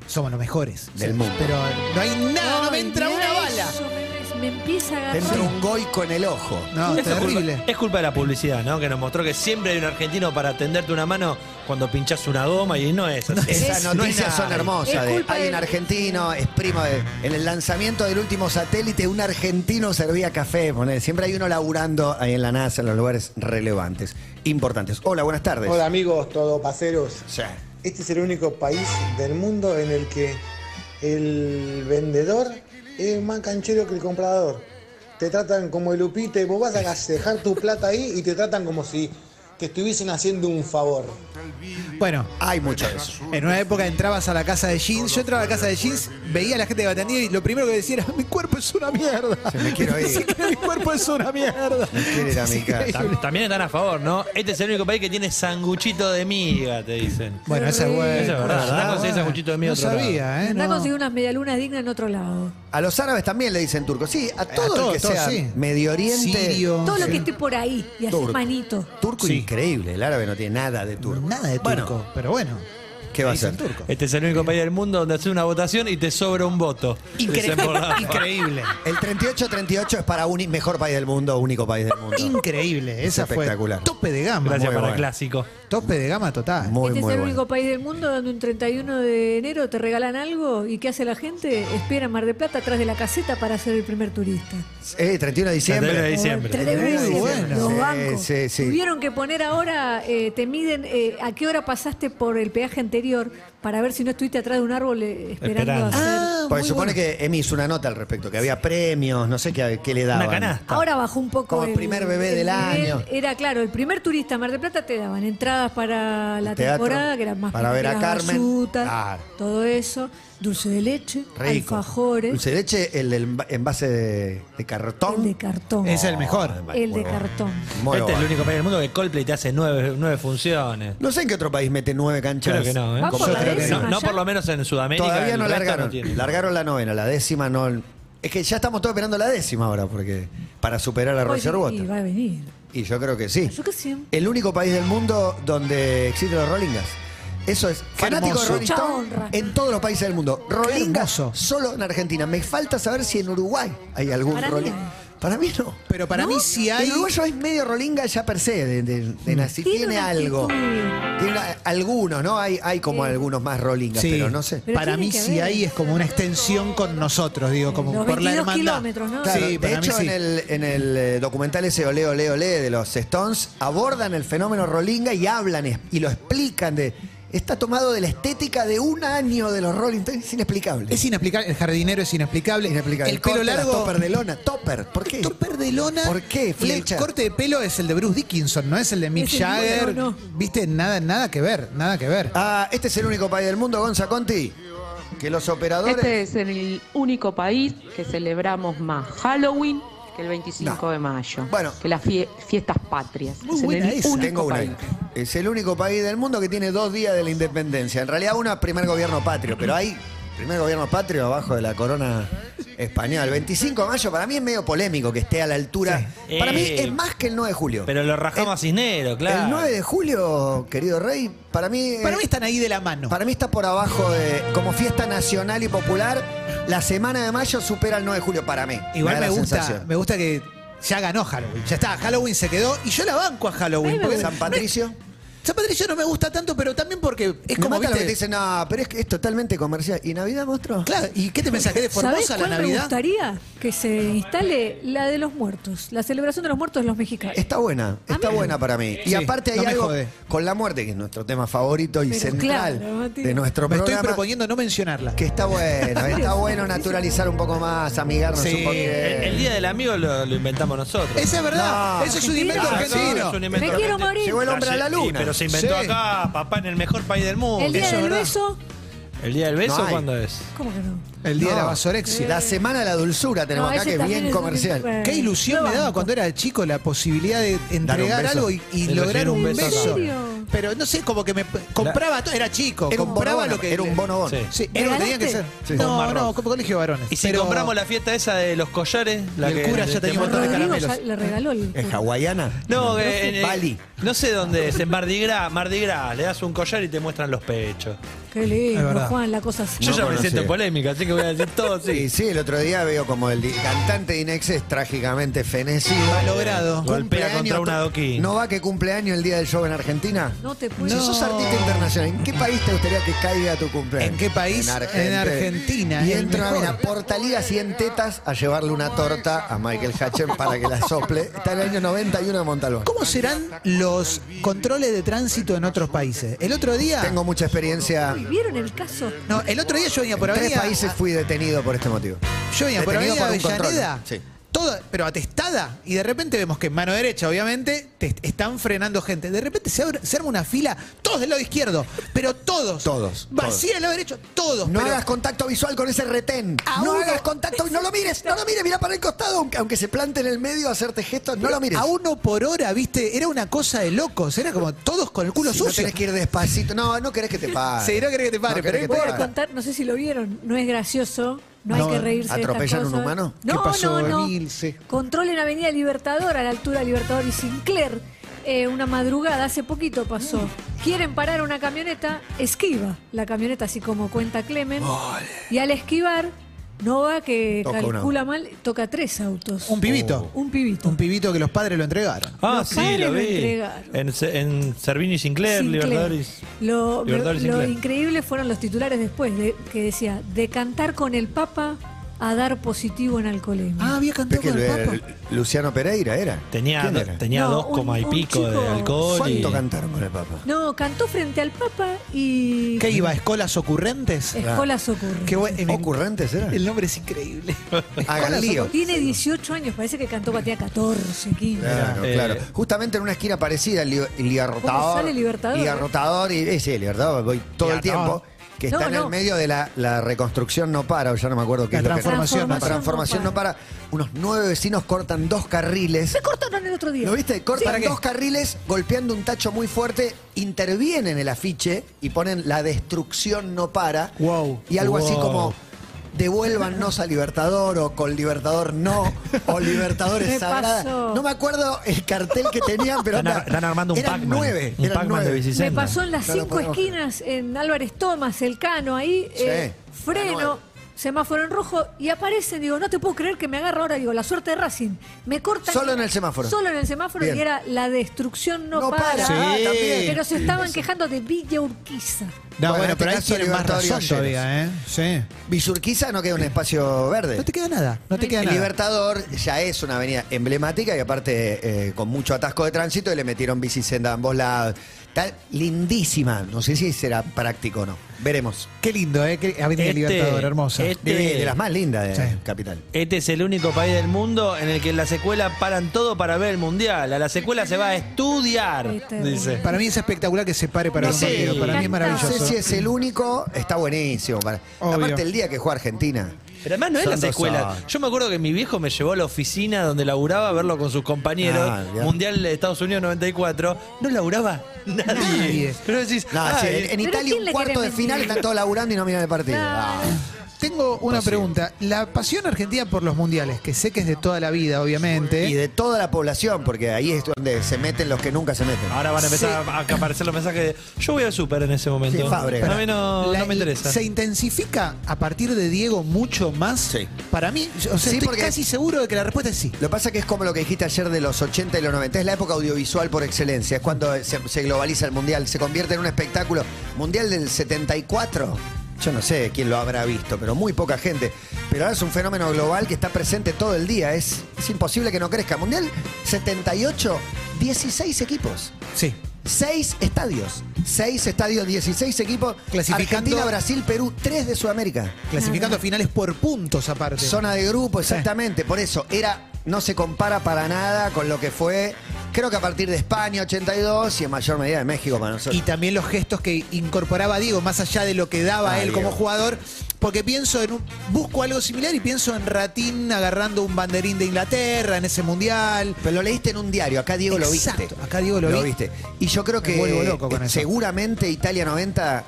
S4: somos los mejores.
S2: Del mundo.
S4: Pero no hay nada, no, me
S6: Ay,
S4: entra
S6: mirá
S4: una bala.
S6: eso, Me, me empieza a
S2: Te entra
S6: agarrar.
S2: un goico en el ojo.
S4: No,
S3: Eso es,
S4: terrible.
S3: culpa, es culpa de la publicidad, ¿no? Que nos mostró que siempre hay un argentino para tenderte una mano cuando pinchás una goma y no es así.
S2: Esas
S3: No es
S2: noticias
S3: nada.
S2: son hermosas.
S6: Es
S2: de
S6: culpa
S2: alguien
S6: de-
S2: argentino es primo de. En el lanzamiento del último satélite, un argentino servía café. poné. Siempre hay uno laburando ahí en la NASA, en los lugares relevantes, importantes. Hola, buenas tardes.
S7: Hola amigos todopaseros.
S2: Sí.
S7: Este es el único país del mundo en el que el vendedor es más canchero que el comprador. Te tratan como el upite, vos vas a dejar tu plata ahí y te tratan como si te estuviesen haciendo un favor.
S4: Bueno,
S2: Hay mucho de eso.
S4: en una época entrabas a la casa de jeans. Yo entraba a la casa de jeans, veía a la gente que atendía y lo primero que decía era: Mi cuerpo es una mierda.
S2: Se me quiero ir.
S4: Mi cuerpo es una mierda.
S2: Quiero ir a mi casa.
S3: Tam- También están a favor, ¿no? Este es el único país que tiene sanguchito de miga, te dicen.
S4: Bueno, esa es buena.
S3: Esa es verdad, ¿verdad? Conseguís
S4: buena.
S3: sanguchito de mí
S4: No
S3: otro lado.
S4: sabía, ¿eh?
S6: Andá a
S4: no.
S6: conseguir unas medialunas dignas en otro lado.
S2: A los árabes también le dicen turco. Sí, a todo
S4: todo,
S2: el que
S4: todo,
S2: sea
S4: sí.
S2: Medio Oriente.
S4: Sirio.
S6: Todo lo
S4: Sí.
S6: que esté por ahí y hacer
S2: Turco.
S6: manito.
S2: Turco
S4: Sí.
S2: increíble. El árabe no tiene nada de turco.
S4: Nada de
S2: Bueno,
S4: turco, pero bueno.
S2: ¿Qué va a ser?
S3: Este es el único país del mundo donde haces una votación y te sobra un voto.
S4: Increíble.
S3: Dicen por la-
S4: Increíble.
S2: El 38-38 es para un mejor país del mundo, único país del mundo.
S4: Increíble. Esa fue
S2: espectacular.
S4: tope de gama.
S3: Gracias
S2: Muy
S3: para
S2: bueno.
S3: clásico.
S4: Tope de gama total.
S2: Muy,
S6: este
S2: muy
S6: es el
S2: bueno.
S6: único país del mundo donde un 31 de enero te regalan algo y ¿qué hace la gente? Espera en Mar de Plata atrás de la caseta para ser el primer turista.
S2: Eh, 31 de
S3: Desde
S2: diciembre.
S3: diciembre.
S6: 31 de
S4: Muy
S6: diciembre,
S4: bueno.
S6: Los
S2: Sí,
S6: bancos.
S2: sí, sí.
S6: Tuvieron que poner ahora, eh, te miden eh, a qué hora pasaste por el peaje anterior para ver si no estuviste atrás de un árbol eh, esperando
S3: Esperando.
S6: a ser-
S2: Porque supone que Emi hizo una nota al respecto, que había premios, no sé qué, qué le daban.
S3: Una canasta.
S6: Ahora bajó un poco.
S2: Ah. Como el primer bebé del
S6: nivel.
S2: año.
S6: Era claro, el primer turista a Mar del Plata te daban entradas para la
S2: Teatro,
S6: temporada, que eran más
S2: para ver a
S6: primeras
S2: Carmen.
S6: bayutas,
S2: Claro.
S6: todo eso, dulce de leche,
S2: Rico.
S6: alfajores,
S2: Dulce de leche, el del envase de, de cartón. Oh,
S6: el de cartón.
S4: Es el mejor.
S6: El de cartón.
S2: Muy
S3: este es el
S2: bueno.
S3: único país del mundo que Coldplay te hace nueve, nueve funciones.
S2: No sé en qué otro país mete nueve canchas.
S3: Creo que no, ¿eh?
S6: Va
S2: Como
S6: por
S2: yo
S6: la
S2: creo que
S6: décima
S2: no.
S3: No, no
S6: ya.
S3: por lo menos en Sudamérica.
S2: Todavía
S3: el
S2: no
S3: resto
S2: largaron.
S3: tiene.
S2: largaron la novena, la décima no. Es que ya estamos todos esperando la décima ahora, porque para superar a Roger
S6: Oye, Y va
S2: Waters.
S6: a venir.
S2: Y yo creo que sí.
S6: Yo qué sé.
S2: El único país del mundo donde existen los Rolingas. Eso es fanático de
S4: hermoso.
S2: Rolling
S6: Mucha
S2: Stone
S6: honra.
S2: en todos los países del mundo. Rolingas
S4: hermoso.
S2: solo en Argentina. Me falta saber si en Uruguay hay algún
S6: Para mí
S2: Rolinga. Para mí no.
S4: Pero para
S6: ¿No?
S4: mí si hay...
S2: El uruguayo es medio rolinga ya per se, de, de, de nací.
S6: Tiene
S2: Tiene,
S6: una
S2: algo.
S6: actitud.
S2: Tiene a- algunos, ¿no? Hay, hay como
S6: Sí.
S2: algunos más rolingas,
S4: Sí.
S2: pero no sé.
S6: Pero
S4: para
S6: tiene
S4: mí
S6: que
S4: si
S6: haber.
S4: hay es como una extensión con nosotros, digo, como
S6: Los
S4: por la
S6: 22
S4: hermandad.
S6: kilómetros, ¿no?
S2: Claro,
S4: sí,
S2: de
S4: para mí
S2: hecho,
S4: sí.
S2: en el, en el eh, documental ese Ole Ole Ole de los Stones, abordan el fenómeno Rolinga y hablan es- y lo explican de. Está tomado de la estética de un año de los Rolling Stones, es inexplicable.
S4: Es inexplicable, el jardinero es inexplicable.
S2: inexplicable.
S4: El pelo
S2: corte, las
S4: largo...
S2: Topper de lona, topper, ¿por qué?
S4: Topper de lona.
S2: ¿Por qué?
S4: Y
S2: Flecha.
S4: El corte de pelo es el de Bruce Dickinson, no es el de Mick
S6: Es el
S4: Jagger.
S6: número,
S4: Viste, nada, nada que ver, nada que ver.
S2: Ah, este es el único país del mundo, Gonza Conti, que los operadores.
S8: Este es el único país que celebramos más Halloween que el 25
S2: No.
S8: de mayo.
S2: Bueno.
S8: Que las fie- fiestas patrias.
S4: Muy
S8: es en
S4: buena
S8: el
S4: esa.
S8: único
S2: Tengo una.
S8: país.
S2: Es el único país del mundo que tiene dos días de la independencia. En realidad, uno es primer gobierno patrio, pero hay primer gobierno patrio abajo de la corona española. El 25 de mayo para mí es medio polémico que esté a la altura.
S3: Sí.
S2: Para mí
S3: Eh,
S2: es más que el 9 de julio.
S3: Pero lo rajamos a Cisnero, claro.
S2: El 9 de julio, querido rey, para mí.
S4: Para mí
S2: eh,
S4: están ahí de la mano.
S2: para mí está por abajo de. Como fiesta nacional y popular, la semana de mayo supera el 9 de julio para mí.
S4: Igual
S2: da
S4: me
S2: la
S4: gusta,
S2: sensación.
S4: me gusta que ya ganó Halloween. Ya está, Halloween se quedó y yo la banco a Halloween. porque
S2: San Patricio.
S4: San Patricio no me gusta tanto, pero también porque es
S2: Me
S4: como
S2: mata lo que
S4: viste,
S2: te dicen, no, pero es que es totalmente comercial. ¿Y Navidad, monstruo?
S4: Claro, ¿y qué te pensás que de
S6: ¿Sabés
S4: Formosa la
S6: cuál me
S4: Navidad?
S6: gustaría? Que se instale la de los muertos, la celebración de los muertos de los mexicanos.
S2: Está buena, está buena para mí. Y
S4: Sí,
S2: aparte hay
S4: no me
S2: algo
S4: jode.
S2: con la muerte, que es nuestro tema favorito y
S6: Pero
S2: central
S6: claro, Mati.
S2: de nuestro
S4: Me estoy
S2: programa.
S4: proponiendo no mencionarla.
S2: que está bueno, está bueno naturalizar un poco más, amigarnos
S4: Sí,
S2: un Eh,
S3: El, el
S2: poquito.
S3: día del amigo lo, lo inventamos nosotros.
S4: Esa es verdad,
S2: No,
S4: eso es un
S6: Argentina.
S4: invento
S6: Ah,
S3: Ah,
S4: argentino.
S3: no, es un invento
S6: Me quiero
S3: argentino.
S6: morir.
S2: Llegó el hombre a la
S3: Sí,
S2: luna.
S3: pero se inventó
S4: Sí.
S3: acá, papá, en el mejor país del mundo.
S6: el día
S4: eso es
S6: del
S4: verdad.
S6: beso,
S3: ¿El día del beso
S2: No hay.
S3: cuándo es?
S6: ¿cómo que no?
S4: El día de la
S2: No,
S4: vasorexia.
S2: La semana de la dulzura tenemos
S6: No,
S2: acá,
S6: ese
S2: que es
S6: también
S2: bien
S6: es un
S2: comercial.
S6: invento.
S4: Qué ilusión
S6: Lo
S4: me daba
S6: banco.
S4: cuando era chico la posibilidad de entregar
S2: beso.
S4: algo y, y
S3: De
S4: lograr
S3: recibir
S4: un
S3: un beso.
S4: beso.
S6: ¿En serio?
S4: Pero no sé, como que me compraba todo, era chico,
S2: Era un
S4: compraba
S2: bonobón,
S4: lo que
S2: era un bonobón.
S3: Sí.
S4: Sí, era lo que tenía que ser.
S2: Sí.
S3: Un
S4: No,
S3: marrón.
S4: no, como colegio de varones.
S3: Y si
S4: Pero-
S3: compramos la fiesta esa de los collares, la
S4: Y el
S3: que
S4: cura
S3: de-
S4: ya tenía
S3: de-
S4: un montón de
S6: Rodrigo ya
S4: caramelos.
S6: le regaló el.
S2: ¿Es hawaiana?
S3: No, eh,
S4: eh,
S3: en, en-
S2: Bali.
S3: No sé dónde es, en Mardi Gras, Mardi Gras, le das un collar y te muestran los pechos.
S6: Qué
S4: Es
S6: lindo,
S4: verdad.
S6: Juan, la cosa así.
S3: Yo
S2: No
S3: ya me
S2: conocía.
S3: siento polémica, así que voy a decir todo,
S2: Sí,
S3: sí.
S2: sí, el otro día veo como el di- cantante de Inexes trágicamente fenecido.
S4: Malogrado.
S3: Golpea
S2: Cumpleaños
S3: contra un
S2: to-
S3: adoquín.
S2: ¿No va que cumpleaños el día del show en Argentina?
S6: No te
S2: Pues Si
S6: puedo.
S2: sos artista internacional, ¿en qué país te gustaría que caiga tu cumpleaños?
S4: ¿En qué país? En Argentina,
S2: Y
S4: el
S2: entra
S4: mejor.
S2: en Portaliga 100 tetas a llevarle una torta a Michael Hatchen para que la sople. Está en el año 91 de Montalbán.
S4: ¿Cómo serán los controles de tránsito en otros países? El otro día.
S2: Tengo mucha experiencia.
S6: ¿Vieron el caso?
S4: No, el otro día yo venía por
S2: en tres
S4: avenida.
S2: países fui detenido por este motivo.
S4: Yo venía por
S2: detenido
S4: avenida
S2: por un control.
S4: Avellaneda.
S2: Sí.
S4: Toda, pero atestada. Y de repente vemos que en mano derecha, obviamente, te est- están frenando gente. De repente se, abre- se arma una fila, todos del lado izquierdo. Pero todos.
S2: Todos,
S4: Vacía del lado derecho, todos.
S2: No
S4: pero-
S2: hagas contacto visual con ese retén.
S4: A
S2: No
S4: uno-
S2: hagas contacto. No lo mires, no lo mires. Mira para el costado, aunque, aunque se plante en el medio a hacerte gestos. No lo mires.
S4: A uno por hora, viste, era una cosa de locos. Era como todos con el culo
S2: Si no
S4: sucio.
S2: tenés que ir despacito. No, no querés que te pare.
S4: Sí, no querés que te pare, pero
S2: querés
S4: es
S2: que te
S6: Voy a
S2: pare.
S6: contar, no sé si lo vieron, no es gracioso, no,
S4: No,
S6: hay que reírse. de estas
S2: ¿atropellan a un
S6: cosas.
S2: humano?
S4: ¿Qué
S6: No,
S4: pasó,
S6: no, no.
S4: Emilce?
S6: Control en Avenida Libertador, a la altura de Libertador y Sinclair. eh, una madrugada, hace poquito pasó. Quieren parar una camioneta, esquiva la camioneta, así como cuenta Clemen. Y al esquivar, Nova, que
S2: Toca un
S6: calcula mal, toca tres autos.
S4: Un pibito.
S6: Un
S2: Uh.
S6: pibito.
S4: Un pibito que los padres lo entregaron.
S3: Ah,
S6: Los
S3: sí,
S6: padres
S3: lo
S6: lo
S3: vi.
S6: entregaron.
S3: En, Se- en Servini y Sinclair,
S6: Sinclair.
S3: Libertadores.
S6: Lo,
S3: Libertadores
S6: lo- lo
S3: Sinclair.
S6: increíble fueron los titulares después, de- que decía, de cantar con el Papa a dar positivo en alcoholemia.
S4: Ah, había
S2: Es
S4: cantado
S2: que
S4: con el
S2: Lu-
S4: papa.
S2: Eh, Luciano Pereira era.
S3: Tenía,
S2: ¿Quién
S3: do-
S2: era?
S3: tenía
S6: No,
S3: dos
S6: un-
S3: coma y
S6: un
S3: pico
S6: chico-
S3: de alcohol. y-
S2: ¿Cuánto cantaron con el Papa?
S6: No, cantó frente al Papa y...
S4: ¿Qué iba? ¿Escolas ocurrentes?
S6: Escolas ocurren.
S4: Qué buen- en-
S2: ¿Ocurrentes era? Ah,
S4: El nombre es increíble.
S2: Hagan eh, lío.
S6: Tiene 18 años, parece que cantó cuando tenía 14, 15.
S2: Claro,
S3: Eh,
S2: claro. Justamente en una esquina parecida al li- Libertador.
S6: ¿Cómo sale Libertador?
S2: Libertador y ese Libertador, voy todo el
S4: Libertador.
S2: tiempo. Que está
S6: No,
S2: en
S6: no.
S2: el medio de la, la reconstrucción no para, o ya no me acuerdo qué
S4: La
S2: es lo que-
S4: transformación no
S2: la
S4: para.
S2: transformación no para. Unos nueve vecinos cortan dos carriles.
S6: Me cortaron el otro día.
S2: ¿Lo viste?
S4: ¿Para
S2: Cortan
S4: qué?
S2: dos carriles golpeando un tacho muy fuerte, intervienen el afiche y ponen la destrucción no para.
S4: Wow.
S2: Y algo así
S3: Wow.
S2: como devuélvanos a Libertador o con Libertador no o Libertadores
S6: Me
S2: sagrada.
S6: pasó.
S2: No me acuerdo el cartel que tenían, pero
S3: Están, ar- están armando un
S2: eran
S3: Pac-Man.
S2: nueve,
S3: un
S2: eran
S3: Pac-Man de
S2: nueve.
S6: Me
S3: bicicenda.
S6: pasó en las
S2: No lo
S6: cinco
S2: podemos creer.
S6: esquinas, en Álvarez Tomás, el Cano, ahí,
S2: Sí. Ah,
S6: eh,
S2: Manuel.
S6: freno, semáforo en rojo, y aparecen, digo, no te puedo creer que me agarra ahora, digo, la suerte de Racing. Me cortan.
S2: Solo en el semáforo.
S6: Solo en el semáforo,
S2: Bien.
S6: y era la destrucción no,
S2: No para.
S6: para.
S2: Sí. Ah, también.
S6: Pero se estaban quejando de Villa Urquiza.
S4: No,
S2: Bueno, en
S4: bueno,
S2: este
S4: pero ahí
S2: caso,
S4: tienen más
S2: Libertador y
S4: razón
S2: Galleros.
S4: todavía, ¿eh? Sí.
S2: Bisurquiza no queda un espacio verde.
S4: No te queda nada, no te queda
S2: El
S4: nada.
S2: Libertador ya es una avenida emblemática y aparte eh, con mucho atasco de tránsito y le metieron bicicenda a ambos lados. Está lindísima, no sé si será práctico o no. Veremos.
S4: Qué lindo, ¿eh? Qué Avenida
S3: Este-
S4: Libertador, hermosa.
S3: este-
S2: Divina, De las más lindas de
S4: Sí.
S2: Capital.
S3: Este es el único país del mundo en el que en la secuela paran todo para ver el mundial. A la secuela se va a estudiar,
S6: Este-
S3: dice.
S4: Para mí es espectacular que se pare para
S2: No
S4: un
S2: sé.
S4: partido. Para mí es
S6: Me encanta.
S2: No sé
S4: maravilloso.
S2: si es el único, está buenísimo. para-
S4: Obvio.
S2: Aparte el día que juega Argentina.
S3: Pero además no es
S2: Son
S3: la
S2: dos
S3: secuela.
S2: horas.
S3: Yo me acuerdo que mi viejo me llevó a la oficina donde laburaba a verlo con sus compañeros.
S2: Ah, bien.
S3: mundial de Estados Unidos 94. No laburaba nadie.
S4: Nadie.
S3: Pero decís,
S2: No,
S3: ah,
S2: sí, en-
S3: eh,
S2: en,
S6: ¿Pero
S2: Italia
S6: quién
S2: un
S6: le
S2: cuarto de
S6: quiere
S2: final
S6: mentir?
S2: están todos laburando y no miran el partido.
S6: Claro.
S2: Ah.
S4: Tengo una
S2: Posible.
S4: pregunta. La pasión argentina por los mundiales, que sé que es de toda la vida, obviamente.
S2: Y de toda la población, porque ahí es donde se meten los que nunca se meten.
S3: Ahora van a empezar a a aparecer los mensajes de yo voy al súper en ese momento.
S2: Sí, Fábregas.
S3: a mí no,
S4: La-
S3: no me interesa.
S4: ¿Se intensifica a partir de Diego mucho más?
S2: Sí.
S4: Para mí, o sea,
S2: Sí,
S4: estoy
S2: porque-
S4: casi seguro de que la respuesta es sí.
S2: Lo que pasa que es como lo que dijiste ayer de los 80 y los 90. Es la época audiovisual por excelencia. Es cuando se, se globaliza el mundial, se convierte en un espectáculo. Mundial del 74. Yo no sé quién lo habrá visto, pero muy poca gente. Pero ahora es un fenómeno global que está presente todo el día. Es, es imposible que no crezca. Mundial 78, 16 equipos.
S4: Sí.
S2: Seis estadios. Seis estadios, 16 equipos.
S4: Clasificando-
S2: Argentina, Brasil, Perú, tres de Sudamérica.
S4: Clasificando a finales por puntos aparte.
S2: Zona de grupo, exactamente. Por eso, era, no se compara para nada con lo que fue, creo que a partir de España 82 y en mayor medida de México para nosotros.
S4: Y también los gestos que incorporaba Diego, más allá de lo que daba
S2: Ah,
S4: él
S2: Diego.
S4: como jugador. Porque pienso en un, busco algo similar y pienso en Ratín agarrando un banderín de Inglaterra en ese mundial.
S2: Pero lo leíste en un diario, acá Diego
S4: Exacto,
S2: lo viste.
S4: acá Diego lo vi.
S2: viste. Y yo creo
S4: Me
S2: que
S4: vuelvo loco con
S2: eh,
S4: eso.
S2: seguramente Italia 90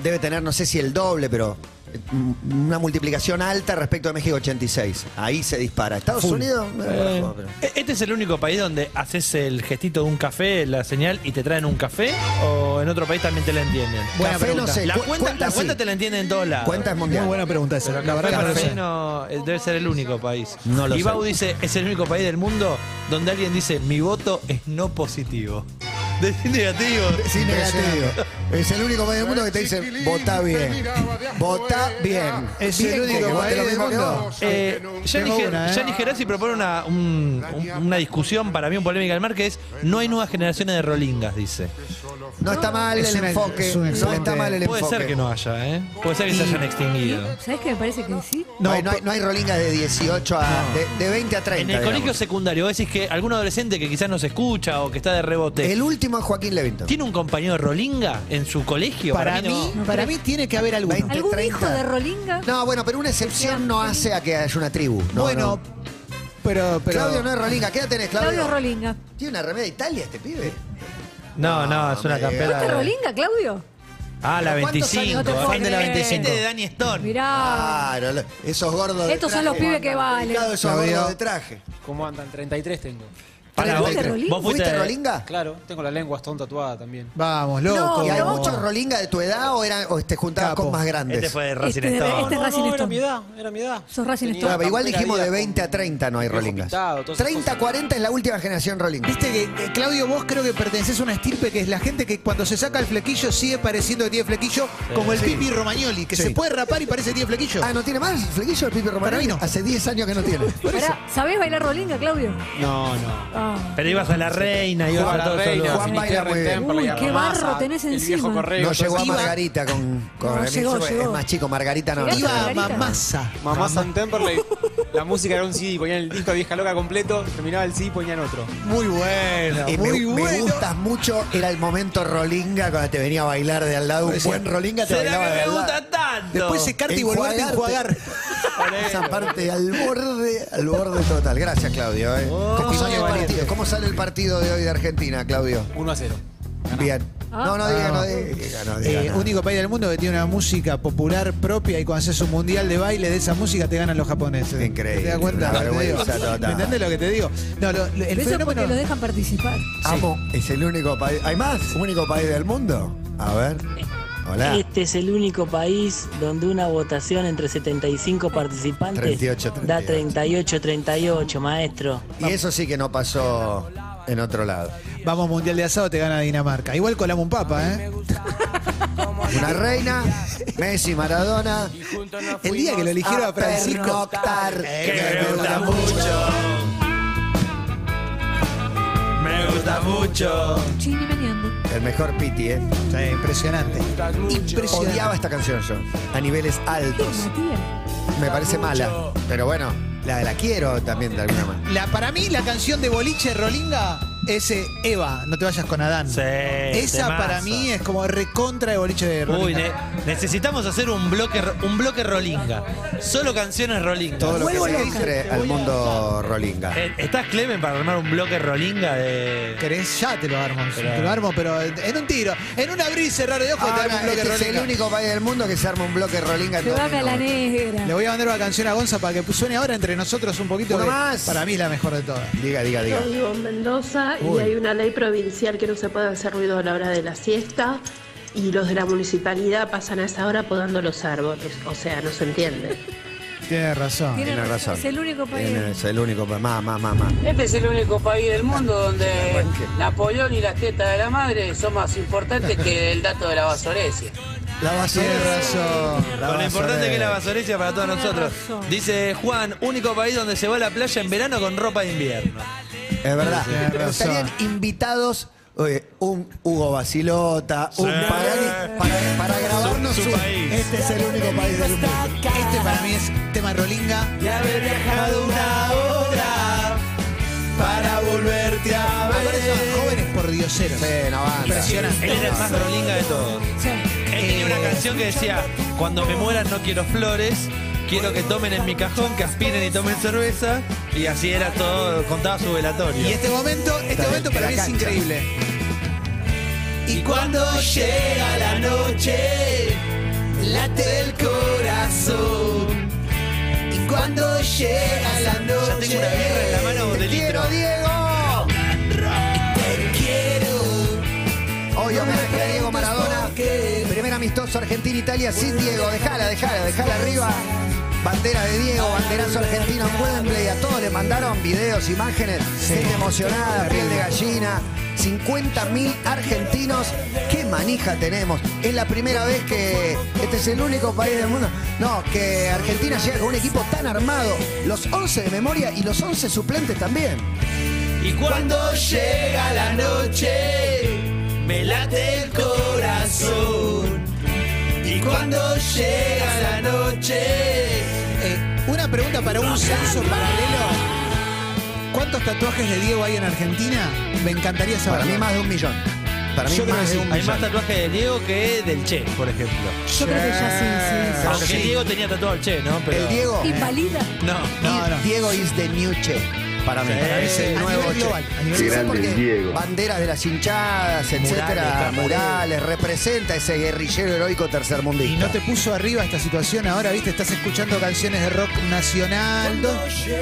S2: debe tener, no sé si el doble, pero eh, m- una multiplicación alta respecto a México 86. Ahí se dispara. Estados Unidos, eh,
S3: Eh,
S2: bueno, pero-
S3: ¿Este es el único país donde haces el gestito de un café, la señal, y te traen un café? ¿O en otro país también te la entienden?
S2: Buena
S3: Café,
S2: pregunta.
S3: La
S2: Cu-
S3: cuenta,
S2: cuenta
S3: la
S2: sí.
S3: cuenta te la entienden en todos lados.
S2: Cuenta es mundial.
S4: Ah, Muy buena pregunta esa. La verdad que no lo
S3: Café
S4: sé.
S3: no, eh, debe ser el único país.
S2: No lo
S3: y
S2: sé.
S3: Bau dice, es el único país del mundo donde alguien dice, mi voto es no positivo. Decir negativo.
S2: Sí, negativo. Es el único país del mundo que te dice, vota bien. Vota bien.
S4: Es
S2: Bien
S4: el
S2: que
S4: único
S2: vote
S4: país
S2: lo
S4: del
S2: mismo que
S4: mundo.
S2: vos.
S3: Eh, Yanni
S4: Tengo
S3: Ge-
S4: una, ¿eh?
S3: Yanni Gerasi propone una, un- un- una discusión para mí, un polémica del mar, que es no hay nuevas generaciones de rolingas, dice.
S2: No está mal
S4: Es
S2: el
S4: una-
S2: enfoque.
S4: es un
S2: no está
S4: excelente-
S2: mal el
S3: Puede
S2: enfoque.
S3: ser que no haya, ¿eh? Puede ser que se hayan extinguido.
S6: ¿Sabes qué me parece que sí?
S2: No, hay, no, hay, no hay rolingas de 18 a. De, de 20 a 30.
S3: En el
S2: digamos.
S3: colegio secundario, vos decís que algún adolescente que quizás nos escucha o que está de rebote,
S2: El último es Joaquín Levington.
S3: ¿tiene un compañero de rolinga en su colegio?
S4: Para mí,
S3: no.
S4: para mí tiene que haber alguno.
S2: 20.
S6: ¿Algún
S2: 30.
S6: hijo de Rolinga?
S2: No, bueno, pero una excepción no hace a que haya una tribu. No,
S4: bueno,
S2: no.
S4: pero, pero.
S2: Claudio no es rolinga. ¿Qué edad tenés, Claudio?
S6: Claudio es Rolinga.
S2: Tiene una remera de Italia este pibe.
S3: No, no, es una
S2: me digas.
S3: campera.
S6: ¿Fuiste
S3: de-
S6: Rolinga, Claudio?
S3: Ah, la
S2: ¿Pero cuántos
S3: 25.
S2: años
S6: te
S3: ah.
S6: pones? Fan de la
S4: 25.
S3: Este de Danny Stone.
S6: Mirá.
S2: Claro, lo- esos gordos de
S6: Ah. Estos son
S2: traje.
S6: los pibes que valen.
S2: Claro, esos
S4: Claudio.
S2: gordos de traje.
S9: ¿Cómo andan? 33 tengo.
S3: Pará,
S6: ¿Fuiste
S3: vos-
S6: rolinga?
S3: vos fuiste-
S2: ¿Fuiste rolinga?
S9: Claro, tengo la lengua hasta tatuada también.
S4: Vamos,
S6: No,
S4: loco.
S2: ¿Y había
S6: No.
S2: muchos rolinga de tu edad o, era, o te juntabas
S4: Capo.
S2: con más grandes?
S3: Este fue de Racing
S6: Este, de-
S3: Stone.
S6: este es Racing
S9: era mi
S6: Stone.
S9: edad, era mi edad.
S6: Sos Racing
S9: Tenía
S6: Stone.
S2: Ah, pero igual
S9: campera
S2: dijimos de
S9: vida
S2: 20 a
S9: con
S2: 30 no hay
S9: viejo
S2: rolingas.
S9: pintado, todas esas
S2: 30
S9: cosas.
S2: 40 es la última generación rolinga.
S4: Viste que, que, Claudio, vos creo que pertenecés a una estirpe que es la gente que cuando se saca el flequillo sigue pareciendo que tiene flequillo, como el Pipi Romagnoli, que
S2: Sí.
S4: se puede rapar y parece que tiene flequillo.
S2: Ah, ¿no tiene más? ¿Flequillo el Pipi
S4: Para mí
S2: Romano?
S4: no.
S2: Hace 10 años que no tiene.
S6: Pará, ¿sabés bailar rolinga, Claudio?
S9: No, no.
S6: Ah.
S3: Pero ibas a la reina, ibas
S9: Juan
S3: a todo eso.
S9: Barreira,
S2: Juan
S9: Finisterre,
S2: baila muy bien.
S9: Temperley,
S6: Uy, qué
S9: Argamasa,
S6: barro tenés
S9: El
S6: encima.
S9: viejo correo.
S2: No llegó a
S4: iba-
S2: Margarita con... con
S6: No,
S2: el-
S6: llegó,
S2: es
S6: llegó.
S2: más chico, Margarita no. no.
S6: Llegaste
S4: Iba
S6: Margarita.
S4: mamasa.
S9: Mamá San Temperley. La música era un CD, ponían el disco de Vieja Loca completo, terminaba el CD y ponían otro.
S4: Muy buena,
S2: Eh, me,
S4: muy
S2: me
S4: bueno.
S2: gustas mucho, era el momento rolinga cuando te venía a bailar de al lado. Un buen rolinga te bailaba de al lado.
S3: tanto?
S4: Después secarte y volverte a enjuagar.
S2: Esa parte al borde, al borde total. Gracias, Claudio. eh.
S4: Oh,
S2: ¿Cómo, sale el
S9: valiente.
S2: partido? ¿Cómo sale el partido de hoy de Argentina, Claudio?
S9: 1 a 0.
S2: Bien. No, no diga, no diga. No diga
S4: Ah. Eh,
S2: nada.
S4: único país del mundo que tiene una música popular propia y cuando haces un mundial de baile de esa música te ganan los japoneses.
S2: Increíble,
S4: ¿Te das cuenta?
S2: una
S4: Te digo.
S2: vergüenza total.
S4: ¿Me entendés lo que te digo? No, lo- lo- el
S6: Pero eso es
S4: fenómeno...
S6: porque lo dejan participar.
S2: Amo, es el único país. ¿Hay más? ¿Único país del mundo? A ver. Hola.
S10: Este es el único país donde una votación entre 75 participantes
S2: 38,
S10: da
S2: 38.
S10: 38-38, maestro.
S2: Y eso sí que no pasó en otro lado.
S4: Vamos mundial de asado, te gana Dinamarca. Igual colamos un papa, ¿eh?
S2: Una reina, Messi, Maradona.
S4: El día que lo eligieron a Francisco.
S2: pernoctar,
S3: Que me gusta mucho. Me gusta mucho.
S6: Chini meneando.
S2: El mejor piti, ¿eh?
S4: Sí, impresionante.
S2: Odiaba
S4: Impresionante.
S2: esta canción yo, a niveles
S6: ¿Qué,
S2: altos.
S6: Matías?
S2: Me parece mala, pero bueno, la, la quiero también de alguna manera.
S4: La, para mí, la canción de Boliche Rolinga es eh, Eva, no te vayas con Adán.
S3: Sí,
S4: Esa
S3: temazo.
S4: para mí es como recontra de Boliche de Rolinga.
S3: Uy, ne- necesitamos hacer un bloque, ro- un bloque rolinga. Solo canciones rolinga.
S2: Todo lo que
S6: Vuelvo
S2: se
S6: loca.
S2: entre al mundo rolinga.
S3: Eh, ¿Estás Clemen para armar un bloque rolinga de.?
S4: ¿Querés? Ya te lo armo. Te lo armo, pero en un tiro. En un abrir y cerrar de ojos te
S2: Ahora,
S4: armo un bloque
S2: este es
S4: Rolinga.
S2: el único país del mundo que se arma un bloque rolinga en dos
S6: Llévame a la
S2: minutos.
S4: Le
S6: negra.
S4: voy a mandar una canción a Gonza para que pues, suene ahora entre nosotros un poquito.
S2: Una
S4: que
S2: más.
S4: Para mí es la mejor de todas.
S2: Diga, diga, diga.
S10: vivo en Mendoza
S2: Uy.
S10: y hay una ley provincial que no se puede hacer ruido a la hora de la siesta y los de la municipalidad pasan a esa hora podando los árboles. O sea, no se entiende.
S4: Tienes razón.
S6: Tiene
S2: Ah, Tiene razón.
S6: Es el único país.
S2: Tiene- Es el único país. Más, más, más, más.
S10: Este es el único país del mundo donde Napoleón y las tetas de la madre son más importantes que el dato de la basurecia.
S2: La basura.
S4: Tiene razón.
S2: La
S3: Con lo importante
S2: basura.
S3: que es la basorecia para todos
S6: Tiene
S3: nosotros.
S6: razón.
S3: Dice Juan, único país donde se va a la playa en verano con ropa de invierno.
S2: Es verdad.
S4: Tiene
S2: Pero
S4: razón.
S2: Estarían invitados eh, un Hugo Basilota, un Pagani, para, para grabarnos
S3: Su- su
S2: un-
S3: país.
S2: Este es el único país del mundo.
S4: Este para mí es tema Rolinga.
S3: Y haber viajado una hora para volverte a
S4: Aparecen jóvenes por dioseros.
S2: Sí, no banda.
S4: Impresionante.
S3: Él era el más rolinga de todos.
S6: Sí.
S3: Él tenía una canción que decía, cuando me mueran no quiero flores, quiero que tomen en mi cajón, que aspiren y tomen cerveza. Y así era todo, contaba su velatorio.
S4: Y este momento, este
S2: bien,
S4: momento para
S2: la
S4: mí es
S2: cancha.
S4: increíble. Y cuando llega la noche, late el corazón. Y cuando llega la
S3: Ya
S4: noche,
S3: tengo una birra en la mano de litro.
S2: Diego! Hoy homenaje a Diego Maradona. Primer amistoso Argentina-Italia sin Diego. Dejala, dejala, dejala arriba. Bandera de Diego, banderazo argentino en Wembley. A todos le mandaron videos, imágenes. Gente emocionada, piel de gallina. 50.000 argentinos. ¡Qué manija tenemos! Es la primera vez que. Este es el único país del mundo. No, que Argentina llega con un equipo tan armado. Los 11 de memoria y los 11 suplentes también.
S3: Y cuando llega la noche, me late el corazón. Y cuando llega la noche,
S4: Eh, una pregunta para un censo paralelo. ¿Cuántos tatuajes de Diego hay en Argentina? Me encantaría saber.
S2: Para mí más de un millón. Para mí
S4: Yo creo
S2: más
S4: que
S2: de
S4: sí.
S2: un
S3: hay
S2: millón.
S3: más tatuajes de Diego que del Che, por ejemplo.
S6: Yo creo que ya sí, sí.
S2: Claro
S3: Aunque
S2: que sí.
S3: Diego tenía tatuado al Che, ¿no? Pero...
S2: El Diego.
S6: sí. Invalida.
S3: No,
S4: No, no.
S2: Diego is the new che. Para mí.
S3: Sí.
S2: Es el
S4: A
S2: nuevo
S4: nivel
S2: che.
S4: global, a nivel
S2: Sí, sí,
S4: global.
S2: porque
S11: Grande el Diego.
S2: Banderas de las hinchadas, etcétera, murales,
S4: Murales,
S2: representa ese guerrillero heroico tercermundista.
S4: Y no te puso arriba esta situación ahora, viste, estás escuchando canciones de rock nacional.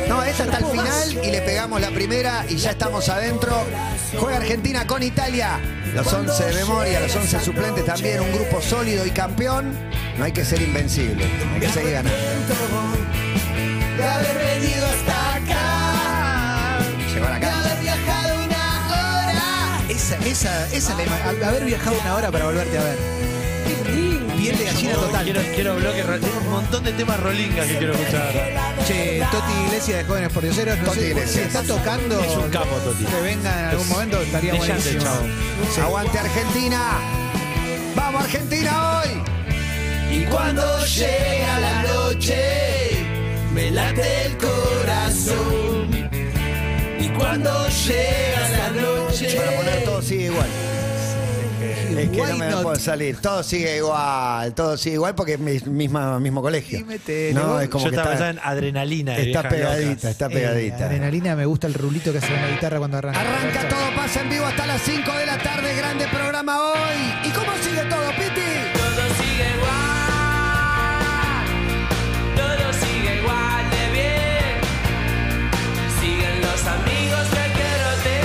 S2: No, es hasta el final y le pegamos la primera y ya estamos adentro. Juega Argentina con Italia. Los 11 de memoria, los 11 suplentes también, un grupo sólido y campeón. No hay que ser invencible, hay que seguir ganando.
S12: de haber venido hasta acá,
S2: Llevar
S12: de
S2: acá.
S12: haber viajado una hora.
S4: Esa, esa, esa es la ima- Haber viajado una hora para volverte a ver. Piel de gallina total.
S3: Quiero, quiero bloque, un montón de temas rolingas que quiero escuchar.
S4: Che, Toti Iglesias de Jóvenes Pordioseros, no
S2: Toti
S4: sé, si
S2: Iglesias.
S4: está tocando.
S3: Es un capo, Toti.
S4: Que venga en algún
S3: Es
S4: momento, estaría
S3: brillante,
S4: buenísimo.
S3: chabón.
S4: Sí.
S2: Aguante Argentina. Vamos Argentina hoy.
S12: Y cuando llega la noche, me late el corazón. Y cuando llega la noche,
S2: Para poner todo sigue igual. Es que no
S4: Why
S2: me
S4: not?
S2: puedo salir. Todo sigue igual, todo sigue igual porque es mi- misma, mismo colegio.
S4: Y metele,
S2: no,
S4: vos.
S2: es como
S3: Yo
S2: que
S3: estaba
S2: está,
S3: pensando en adrenalina. de
S2: está
S3: viejas
S2: pegadita,
S3: locas.
S2: está
S4: Eh,
S2: pegadita.
S4: adrenalina, me gusta el rulito que hace la guitarra cuando arranca.
S2: Arranca todo, pasa en vivo hasta las 5 de la tarde. Grande programa hoy. ¿Y cómo sigue todo, Piti?
S12: todo sigue igual. Todo sigue igual de bien. Siguen los amigos que quiero tener.